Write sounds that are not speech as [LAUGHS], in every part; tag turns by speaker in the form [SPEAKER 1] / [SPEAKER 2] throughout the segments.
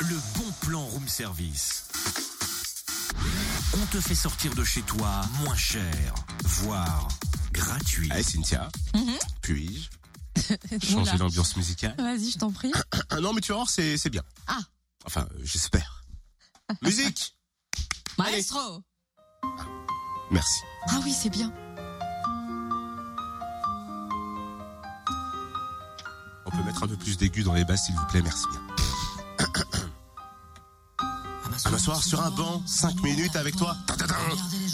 [SPEAKER 1] le bon plan room service. On te fait sortir de chez toi moins cher, voire gratuit.
[SPEAKER 2] Hey Cynthia,
[SPEAKER 3] Mhm.
[SPEAKER 2] puis-je
[SPEAKER 3] Oula.
[SPEAKER 2] changer l'ambiance musicale
[SPEAKER 3] Vas-y, je
[SPEAKER 2] [COUGHS]
[SPEAKER 3] t'en prie.
[SPEAKER 2] Ah Non, mais tu vas voir, c'est c'est bien.
[SPEAKER 3] Ah.
[SPEAKER 2] Enfin, euh, [LAUGHS] j'espère. Musique
[SPEAKER 3] Maestro
[SPEAKER 2] Merci.
[SPEAKER 3] Ah oui, c'est bien.
[SPEAKER 2] On peut mettre un peu plus d'aigu dans les basses, s'il vous plaît, merci bien. [COUGHS] À m'asseoir sur un banc, 5 minutes avec toi. Tadadam.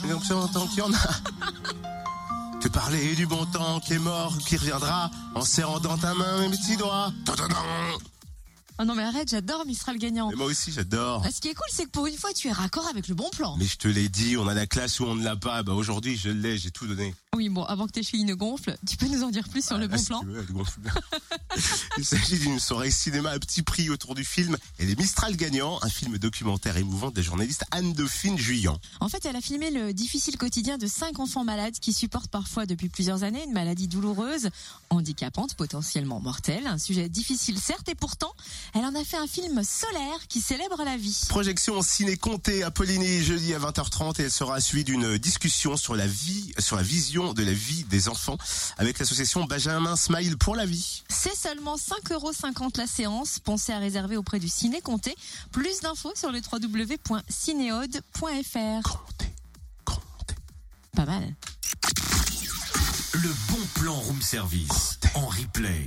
[SPEAKER 2] Et donc, c'est un temps qu'il y en a. [LAUGHS] Te parler du bon temps qui est mort, qui reviendra, en serrant dans ta main mes petits doigts. Tadadam.
[SPEAKER 3] Oh non, mais arrête, j'adore Mistral gagnant.
[SPEAKER 2] Et moi aussi, j'adore.
[SPEAKER 3] Ah, Ce qui est cool, c'est que pour une fois, tu es raccord avec le bon plan.
[SPEAKER 2] Mais je te l'ai dit, on a la classe ou on ne l'a pas. Bah aujourd'hui, je l'ai, j'ai tout donné.
[SPEAKER 3] Oui, bon, avant que tes chevilles ne gonflent, tu peux nous en dire plus sur le
[SPEAKER 2] Ah,
[SPEAKER 3] bon
[SPEAKER 2] si
[SPEAKER 3] plan
[SPEAKER 2] tu veux, elle gonfle bien. [LAUGHS] Il s'agit d'une soirée cinéma à petit prix autour du film et les Mistral gagnants, un film documentaire émouvant des journalistes Anne Dauphine Juillan.
[SPEAKER 3] En fait, elle a filmé le difficile quotidien de cinq enfants malades qui supportent parfois depuis plusieurs années une maladie douloureuse, handicapante, potentiellement mortelle. Un sujet difficile, certes, et pourtant, elle en a fait un film solaire qui célèbre la vie.
[SPEAKER 2] Projection en ciné comté à Poligny jeudi à 20h30 et elle sera suivie d'une discussion sur la vie, sur la vision de la vie des enfants avec l'association Benjamin Smile pour la vie.
[SPEAKER 3] C'est seulement 5,50€ la séance. Pensez à réserver auprès du Ciné Comté. Plus d'infos sur le www.cinéode.fr.
[SPEAKER 2] Comptez, comptez.
[SPEAKER 3] Pas mal.
[SPEAKER 1] Le bon plan room service en replay.